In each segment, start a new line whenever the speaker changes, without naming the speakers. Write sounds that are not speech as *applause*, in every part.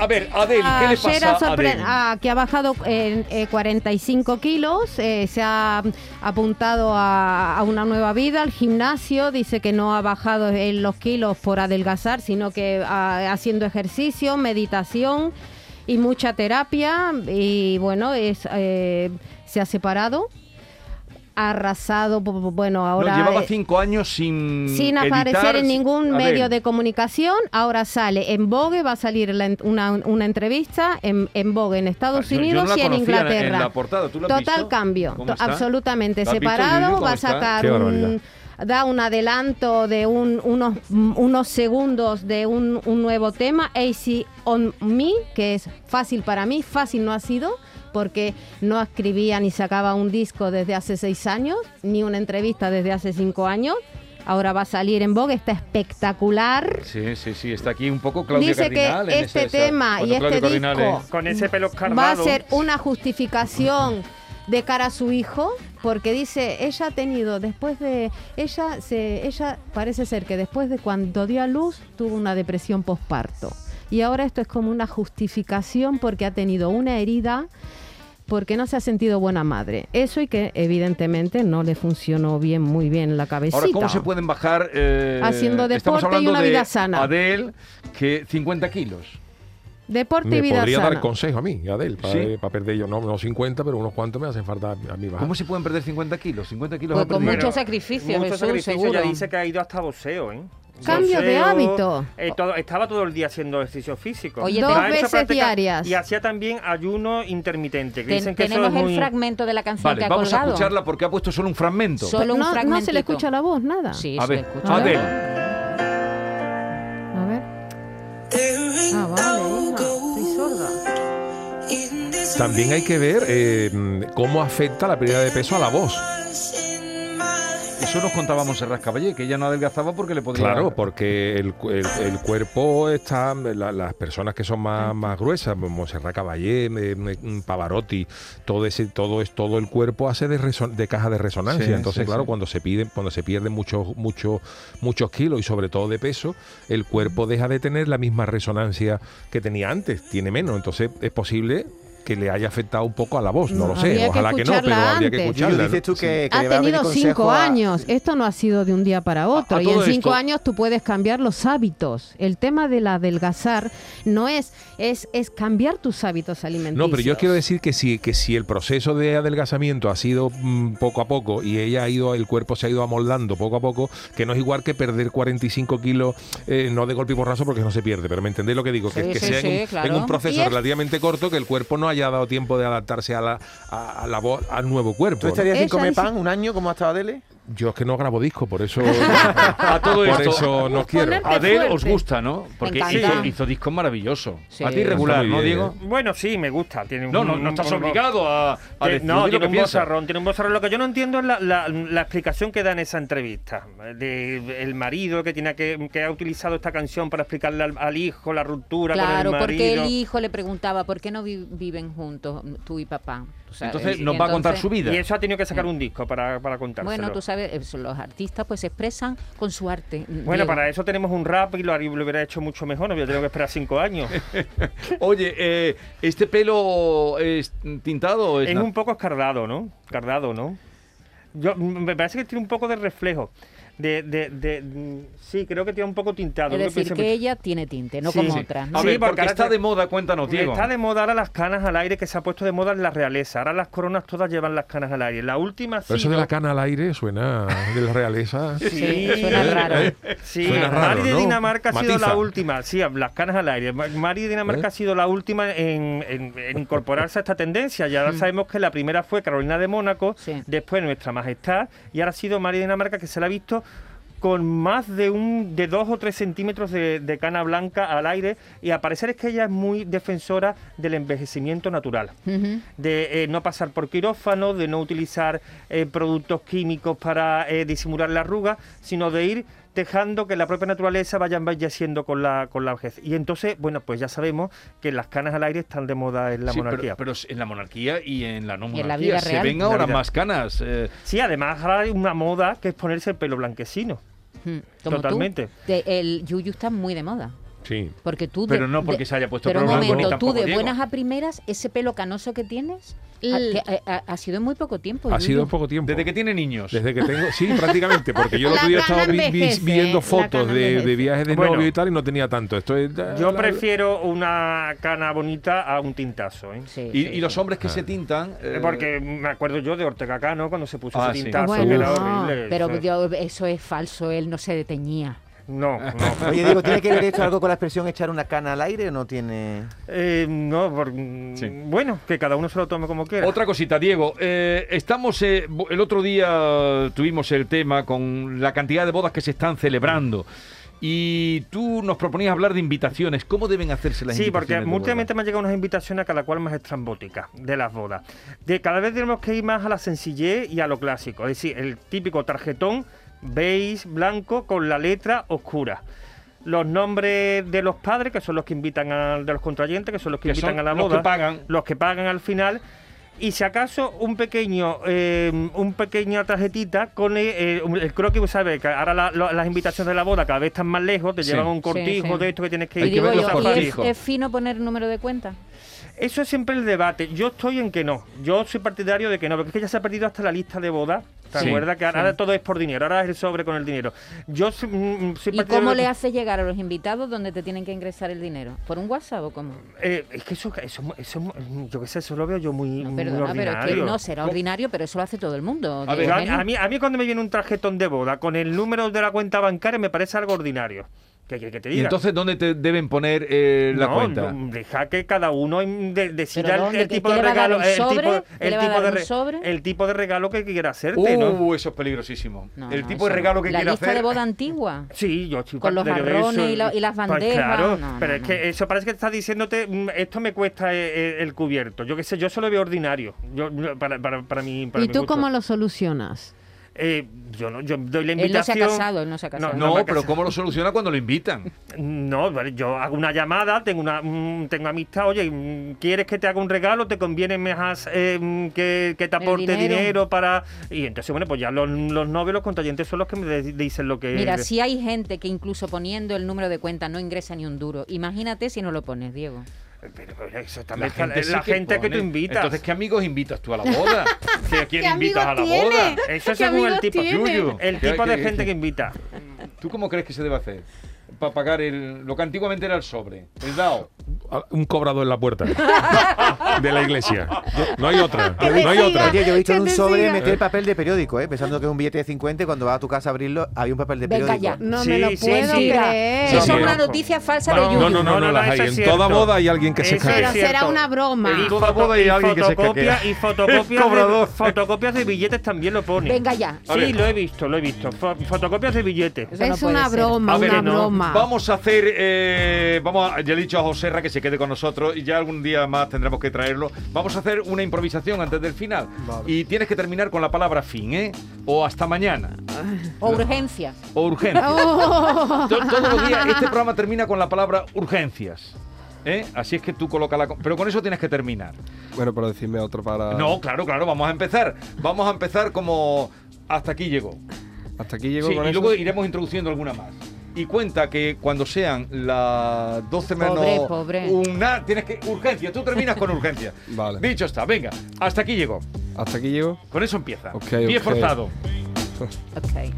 a ver, Adel, ¿qué le
Ayer ha
pasa a
sorpre-
Adel?
ah, que ha bajado en eh, 45 kilos, eh, se ha apuntado a, a una nueva vida, al gimnasio, dice que no ha bajado en los kilos por adelgazar, sino que ah, haciendo ejercicio, meditación y mucha terapia y bueno, es, eh, se ha separado, ha arrasado, bu- bu- bueno,
No,
ahora...
llevaba
eh,
cinco años sin
sin aparecer
editar,
en
a
ningún
ver, ah,
medio de comunicación. Ahora sale en Vogue, va a salir la en- una, una entrevista en, en Vogue en Estados
Ah, yo- yo
Unidos
no la
y
conocía
en
en- en
Inglaterra.
la portada, ¿tú la has
Total
visto?
cambio,
¿Cómo
to-
está?
absolutamente
¿La has visto,
separado.
Yuyu,
va
cómo
a
está?
sacar
Qué
un,
barbaridad.
da un adelanto de un- unos, mm, unos segundos de un, un nuevo tema, AC on Me, que es fácil para mí, fácil no ha sido porque no escribía ni sacaba un disco desde hace seis años, ni una entrevista desde hace cinco años. Ahora va a salir en Vogue, está espectacular.
Sí, sí, sí, está aquí un poco Claudia
Dice
Cardinal.
que
en
este
esa-
tema y
Bueno, Claudia
este
Cardinal
disco
es-
Con
Mm.
ese pelo
va a
escardado.
ser una justificación de cara a su hijo porque dice ella ha tenido después de ella se ella parece ser que después de cuando dio a luz tuvo una depresión posparto y ahora esto es como una justificación porque ha tenido una herida porque no se ha sentido buena madre eso y que evidentemente no le funcionó bien muy bien la cabecita
Ahora, ¿cómo se pueden bajar? eh,
Haciendo
estamos
deporte y
hablando
una
de
vida sana.
Adel, que 50 kilos.
deporte y
Me
vida
podría
sana
dar consejo a mí, y a Adel, para,
Sí.
para perder yo, no, no 50, pero unos cuantos me hacen falta a mí
Ah.
bajar.
¿Cómo se pueden perder 50 kilos? 50 kilos
Pues
han
con
perdido.
mucho sacrificio,
mucho
Jesús,
sacrificio.
seguro.
Ella dice que ha ido hasta boxeo, ¿eh?
Cambio de hábito.
eh, todo- estaba todo el día haciendo ejercicio físico.
Oye,
Ha
Dos
hecho
veces
práctica-
diarias.
Y hacía también ayuno intermitente. Que
Ten-
dicen que eso
tenemos
es
el
muy-
fragmento de la canción que
Vale,
ha
vamos a
colgado.
escucharla porque ha puesto solo un fragmento.
Solo- un
no, no se
fragmentito.
le escucha la voz nada
Sí,
a
se
ver, Ah,
escucha.
Adel,
a ver ah vale hija, estoy sorda
También hay que ver eh, mm, cómo afecta la pérdida de peso a la voz.
eso nos contaba Monserrat Caballé, que ella no adelgazaba porque le podía...
Claro, porque el, cu- el- el cuerpo está, la- las personas que son más, más gruesas, Monserrat Caballé, eh, mm, Pavarotti, todo ese, todo es, todo el cuerpo hace de, reso- de caja de resonancia.
Sí,
Entonces,
sí,
claro,
sí.
cuando se piden, cuando se pierden muchos, muchos, muchos kilos y sobre todo de peso, el cuerpo deja de tener la misma resonancia que tenía antes, tiene menos. Entonces, es posible que le haya afectado un poco a la voz, no,
No,
lo sé,
habría que
ojalá que, no, pero
escucharla
habría que
antes.
escucharla. ¿no?
dices tú que, que
ha
le va a venir
tenido
consejo
cinco
a-
años. Esto no ha sido de un día para otro.
a
y en
todo
cinco
esto-
años tú puedes cambiar los hábitos. El tema del adelgazar no es, es, es cambiar tus hábitos alimenticios.
No, pero yo quiero decir que si, que si el proceso de adelgazamiento ha sido mm, poco a poco y ella ha ido, el cuerpo se ha ido amoldando poco a poco, que no es igual que perder 45 kilos, eh, no de golpe y porrazo porque no se pierde, pero me entendéis lo que digo, que,
Sí,
que
sí,
sea en,
sí,
un-
claro.
en un
Y
proceso
es-
relativamente corto que el cuerpo no haya dado tiempo de adaptarse a la, a, a la voz, al nuevo cuerpo.
¿Tú
¿no?
estarías sin
Ella
comer
dice-
pan un año como ha estado Adele?
Yo es que no grabo disco, por eso, *laughs*
A todo
por
esto...
eso no quiero. Ah,
Ponerte-
Adel
fuerte.
os gusta, ¿no? Porque
encanta.
hizo, hizo discos maravillosos.
Sí.
A ti regular,
Está
¿no,
muy bien,
Diego?
Bueno, sí, me gusta. Tiene un-
No, no,
un-
no estás
un-
obligado a, a
Tie-
decir
Eh, no,
lo
tiene
que
un
piensas.
bozarrón, tiene un bozarrón. Lo que yo no entiendo es la, la- la explicación que da en esa entrevista. De, el marido que tiene que, que ha utilizado esta canción para explicarle al, al hijo la ruptura
Claro,
con el
porque
marido.
el hijo le preguntaba por qué no vi- viven juntos mm, tú y papá. Tú sabes,
Entonces
y
nos va a contar
entonces-
su vida.
Y eso ha tenido que sacar
Mm.
un disco para, para contárselo.
Bueno, tú sabes, eh, so- los artistas pues se expresan con su arte. mm,
Bueno,
Diego.
para eso tenemos un rap y lo, haría- lo hubiera hecho mucho mejor. No hubiera tenido que esperar cinco
*laughs*
años.
Oye, eh, ¿este pelo es tintado
Pues
o es,
es
nat-
un poco escardado, ¿no? Escardado, ¿no? Yo, mm, me parece que tiene un poco de reflejo. De, de, de- mm, sí, creo que tiene un poco tintado.
Es
Creo
decir,
pienso-
que ella tiene tinte, no
Sí,
como
sí.
otras. ¿no?
A
Sí,
ver,
porque
porque
ahora
está
te-
de moda, cuéntanos, Diego.
Está de moda ahora las canas al aire, que se ha puesto de moda en la realeza. Ahora las coronas todas llevan las canas al aire. La última sí.
Pero eso de
¿no?
la cana al aire suena de la realeza.
Sí, suena raro.
Sí,
Suena raro,
Mari de
¿no?
Dinamarca ha sido
Matiza.
la última. Sí, las canas al aire. Ma- Mari de Dinamarca
¿Eh?
ha sido la última en, en- en incorporarse a esta tendencia. Ya sabemos que la primera fue Carolina de Mónaco,
Sí.
después Nuestra Majestad, y ahora ha sido Mari de Dinamarca que se la ha visto con más de un de dos o tres centímetros de, de cana blanca al aire y a parecer es que ella es muy defensora del envejecimiento natural, de eh, no pasar por quirófano, de no utilizar eh, productos químicos para eh, disimular la arruga, sino de ir dejando que la propia naturaleza vaya embelleciendo con la con la vejez. Y entonces, bueno, pues ya sabemos que las canas al aire están de moda en la
Sí, pero-
monarquía.
Pero, en la monarquía y en la no
Y
monarquía.
en la vida
se
real.
ven
La
ahora
vida.
más canas. eh,
Sí, además ahora hay una moda que es ponerse el pelo blanquecino.
Mm, como tú.
Totalmente.
Te- el yuyu está muy de moda.
Sí.
Porque tú de-
Pero no porque
de-
se haya puesto
pero un
pelo blanco, ni
momento,
tampoco
tú de
Diego.
buenas a primeras, ese pelo canoso que tienes ha,
L-
que ha- ha- ha sido en muy poco tiempo.
Ha
Yuyu.
sido en poco tiempo.
desde que tiene niños.
Desde que tengo, sí, prácticamente, porque yo el otro día
La
estaba
cana
vi- vi-
envejece,
viendo
la
fotos
cana
de, de
envejece.
viajes de
Bueno.
novio y tal y no tenía tanto. Esto es, eh, la-
Yo
la-
prefiero una cana bonita a un tintazo, ¿eh?
Sí,
Y,
sí,
y los
sí.
hombres que se tintan. eh,
Porque me acuerdo yo de Ortega Cano cuando se puso
Ah,
ese
sí.
tintazo,
Bueno,
que era
no,
horrible.
Ah, Pero
Eso-
yo- eso es falso, él no se detenía.
No, no.
Oye, digo, ¿tiene que ver esto algo con la expresión echar una cana al aire o no tiene...?
Eh, no, por- mm,
Sí.
bueno, que cada uno se lo tome como quiera.
Otra cosita, Diego. eh, estamos eh, bo- el otro día tuvimos el tema con la cantidad de bodas que se están celebrando. Y tú nos proponías hablar de invitaciones. ¿Cómo deben hacerse las
Sí, porque
invitaciones? de
últimamente
boda?
me han llegado unas invitaciones a cada cual más estrambóticas de las bodas. De cada vez tenemos que ir más a la sencillez y a lo clásico, es decir, el típico tarjetón beige blanco con la letra oscura. Los nombres de los padres, que son los que invitan al de los contrayentes, que son los que,
Que
invitan
son
a la
los
boda,
que pagan.
los que pagan al final. Y si acaso un pequeño, eh, un pequeña tarjetita con eh, un- el croquis, pues, ¿sabes? Que ahora la- lo- las invitaciones de la boda cada vez están más lejos, te
Sí.
llevan un
Sí,
cortijo
sí.
de esto que tienes que
Y
ir.
Hay que
digo
ver los
yo, ¿y es,
cortijos.
es fino poner número de cuenta?
Eso es siempre el debate. Yo estoy en que no. Yo soy partidario de que no, porque es que ya se ha perdido hasta la lista de bodas. ¿Te
Sí,
acuerdas? Que ahora todo es por dinero, ahora es el sobre con el dinero. Yo soy, mm, soy
¿Y
partidario
cómo
de
le
que-
haces llegar a los invitados donde te tienen que ingresar el dinero? ¿Por un WhatsApp o cómo?
Eh, es que eso, eso, eso- yo qué sé, eso lo veo yo muy,
No,
muy
perdona, pero es que
ordinario.
no será ordinario, pero eso lo hace todo el mundo.
A ver,
Yo a-
Eugenio.
a, mí, a mí cuando me viene un tarjetón de boda con el número de la cuenta bancaria me parece algo ordinario. ¿Qué qué- qué te
¿Y
diga?
entonces dónde te deben poner eh, la
no,
cuenta?
no, deja que cada uno in- de- decida el- el,
dónde? ¿Qué-
tipo
qué
de
le va a dar,
regalo,
un
el
sobre?
tipo,
¿Qué
el
le va a
tipo
dar
de
un
re-
sobre?
el tipo de regalo que quiera hacerte, ¿no?
Uh, eso es peligrosísimo.
No,
el
no,
tipo
eso
de regalo
no.
que
La
quiere
lista
hacer.
de
*laughs*
boda antigua.
Sí, yo soy
Con los
partidario de eso.
jarrones y la- y las
Pues
bandejas.
claro,
No, no,
pero es
no.
que eso parece que está diciéndote, mm, esto me cuesta eh, eh, el cubierto. Yo qué sé, yo solo veo ordinario. Yo, yo- para, para, para mí, para
¿Y
mi
tú
gusto.
cómo lo solucionas?
Eh, yo, no, yo doy la
Él no se ha
invitación.
casado, él no se ha casado.
No,
No,
me
pero
casas.
¿cómo lo soluciona cuando lo invitan?
No, vale, yo hago una llamada, tengo una mm, tengo amistad, oye, mm, ¿quieres que te haga un regalo? ¿Te conviene más eh, mm, que, que te aporte dinero.
dinero.
para...? Y entonces, bueno, pues ya los, los novios, los contrayentes son los que me de- dicen lo
Eh,
que...
Mira, si hay gente que incluso poniendo el número de cuenta no ingresa ni un duro, imagínate si no lo pones, Diego.
Pero, pero eso también está-
sí
la gente que, tú
pone.
invitas.
Entonces, ¿qué amigos invitas tú a la boda?
*laughs*
¿Sí, ¿A quién
¿Qué
invitas a la
amigos
boda?
tiene?
Eso
¿Qué
según el
amigos
tipo.
tiene?
Yuyu.
El
¿Qué-
tipo de
qué-
gente que invita.
¿Tú cómo crees que se debe hacer? Para pagar el, lo que antiguamente era el sobre, el dao.
a- un cobrado en la puerta *laughs* de la iglesia. No hay otra.
Que
No hay
decida.
otra.
Oye, yo he visto en
Que
un
te
sobre
siga.
meter papel de periódico, ¿eh? Pensando que es un billete de 50 y cuando vas a tu casa a abrirlo había un papel de
Venga
periódico.
ya.
No
Sí,
me lo
sí,
puedo
mentira.
creer.
Sí,
Eso es
sí.
una noticia falsa de
Vamos.
Yuyu.
No, no, no, no, las
eso
hay.
es
En toda
cierto.
boda hay alguien que se
Eso es
escaquea.
cierto.
Será una broma.
Y
En
toda
foto-
boda hay
y
alguien que se *laughs*
fotocopias-
escaquea.
Y
El
fotocopias de,
cobrador.
fotocopias de billetes también lo pone.
Venga ya.
A
Sí,
ver.
lo he visto, lo he visto. Fo- fotocopias de billetes.
Eso no
es
puede
una
ser.
broma,
A ver,
una
no,
broma.
Vamos a hacer, eh, vamos a, ya le he dicho a Joserra que se quede con nosotros y ya algún día más tendremos que traerlo. Vamos a hacer una improvisación antes del final y tienes que terminar con la palabra fin, ¿eh? O hasta mañana,
O urgencia.
o
*laughs*
urgencia.
Oh.
To- Todos los días este programa termina con la palabra urgencias. ¿eh? Así es que tú coloca la... co- Pero con eso tienes que terminar.
Bueno, pero decirme otro para.
No, claro, claro, vamos a empezar. Vamos a empezar como hasta aquí llegó.
Hasta aquí llego
Sí,
con
y
eso.
luego iremos introduciendo alguna más. Y cuenta que cuando sean las 12 menos
Pobre, pobre.
una, tienes que urgencia, tú terminas con urgencia.
*laughs* Vale.
Dicho está, venga, hasta aquí llegó.
Hasta aquí llego.
Con eso empieza.
Ok,
Pie
ok. *laughs*
forzado. *laughs*
Ok.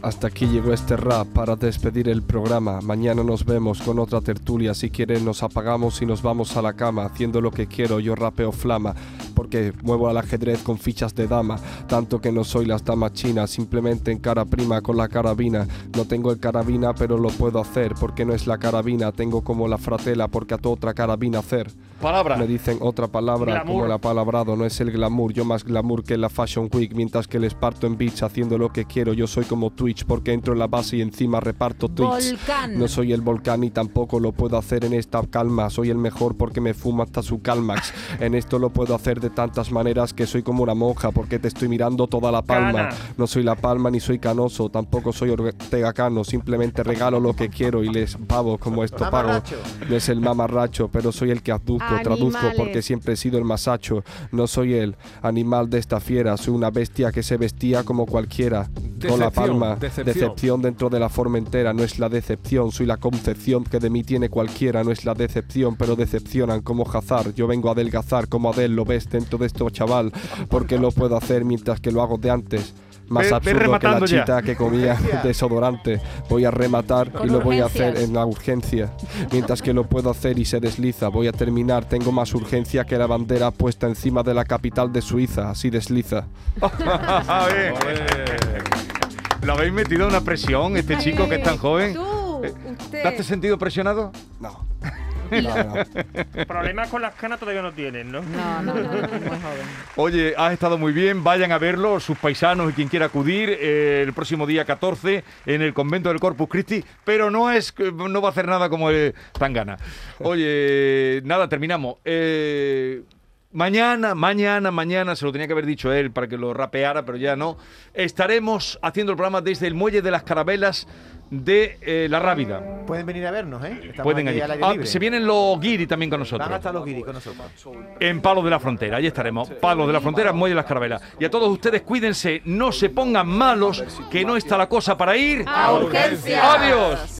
Hasta aquí llegó este rap para despedir el programa. Mañana nos vemos con otra tertulia. Si quieren nos apagamos y nos vamos a la cama. Haciendo lo que quiero, yo rapeo flama. Porque muevo al ajedrez con fichas de dama. Tanto que no soy las damas chinas. Simplemente en cara prima con la carabina. No tengo el carabina, pero lo puedo hacer. Porque no es la carabina. Tengo como la fratela, porque a tu otra carabina hacer.
Palabra.
Me dicen otra palabra
Glamour.
como el apalabrado, no es el glamour. Yo más glamour que la Fashion Week, mientras que les parto en beats haciendo lo que quiero. Yo soy como Twitch porque entro en la base y encima reparto tweets.
Volcán.
No soy el volcán y tampoco lo puedo hacer en esta calma. Soy el mejor porque me fumo hasta su calmax. En esto lo puedo hacer de tantas maneras que soy como una monja porque te estoy mirando toda la palma.
Cana.
No soy la palma ni soy canoso, tampoco soy Ortega Cano. Simplemente regalo lo que quiero y les pavo como esto pago.
Mamarracho.
No es el mamarracho, pero soy el que abduzco, traduzco
Animales.
porque siempre he sido el masacho. No soy el animal de esta fiera, soy una bestia que se vestía como cualquiera. con la
Decepción,
palma,
decepción.
decepción dentro de la forma entera, no es la decepción, soy la concepción que de mí tiene cualquiera, no es la decepción, pero decepcionan como jazar. Yo vengo a adelgazar como Adel, lo ves dentro de esto, chaval, porque lo puedo hacer mientras que lo hago de antes. Más
Ve- ve
absurdo que la
rematando *laughs* ya.
chita que comía
Urgencia.
desodorante. Voy a rematar
Con
y lo voy a hacer
urgencias.
en la urgencia. Mientras que lo puedo hacer y se desliza, voy a terminar. Tengo más urgencia que la bandera puesta encima de la capital de Suiza. Así desliza.
*laughs*
Bien. ¿Lo habéis metido en una presión, este chico que es tan joven?
Tú,
Eh,
usted.
¿Te has sentido presionado?
No. No, no.
Problemas con las canas todavía no tienen, ¿no?
No, no, no, no, es muy joven.
Oye, has estado muy bien, vayan a verlo, sus paisanos y quien quiera acudir, eh, el próximo día 14 en el convento del Corpus Christi, pero no es, no va a hacer nada como eh, Tangana. Oye, nada, terminamos. Eh, mañana, mañana, mañana, se lo tenía que haber dicho él para que lo rapeara, pero ya no, estaremos haciendo el programa desde el Muelle de las Carabelas de eh, La Rábida.
Pueden venir a vernos, ¿eh? Estamos
Pueden allí.
aquí al aire
Ah,
libre.
se vienen los guiri también con nosotros.
Van hasta los guiris con nosotros.
En Palos de la Frontera, ahí estaremos. Palos de la Frontera, Muelle de las Carabelas. Y a todos ustedes, cuídense, no se pongan malos, que no está la cosa para ir.
A urgencia.
¡Adiós!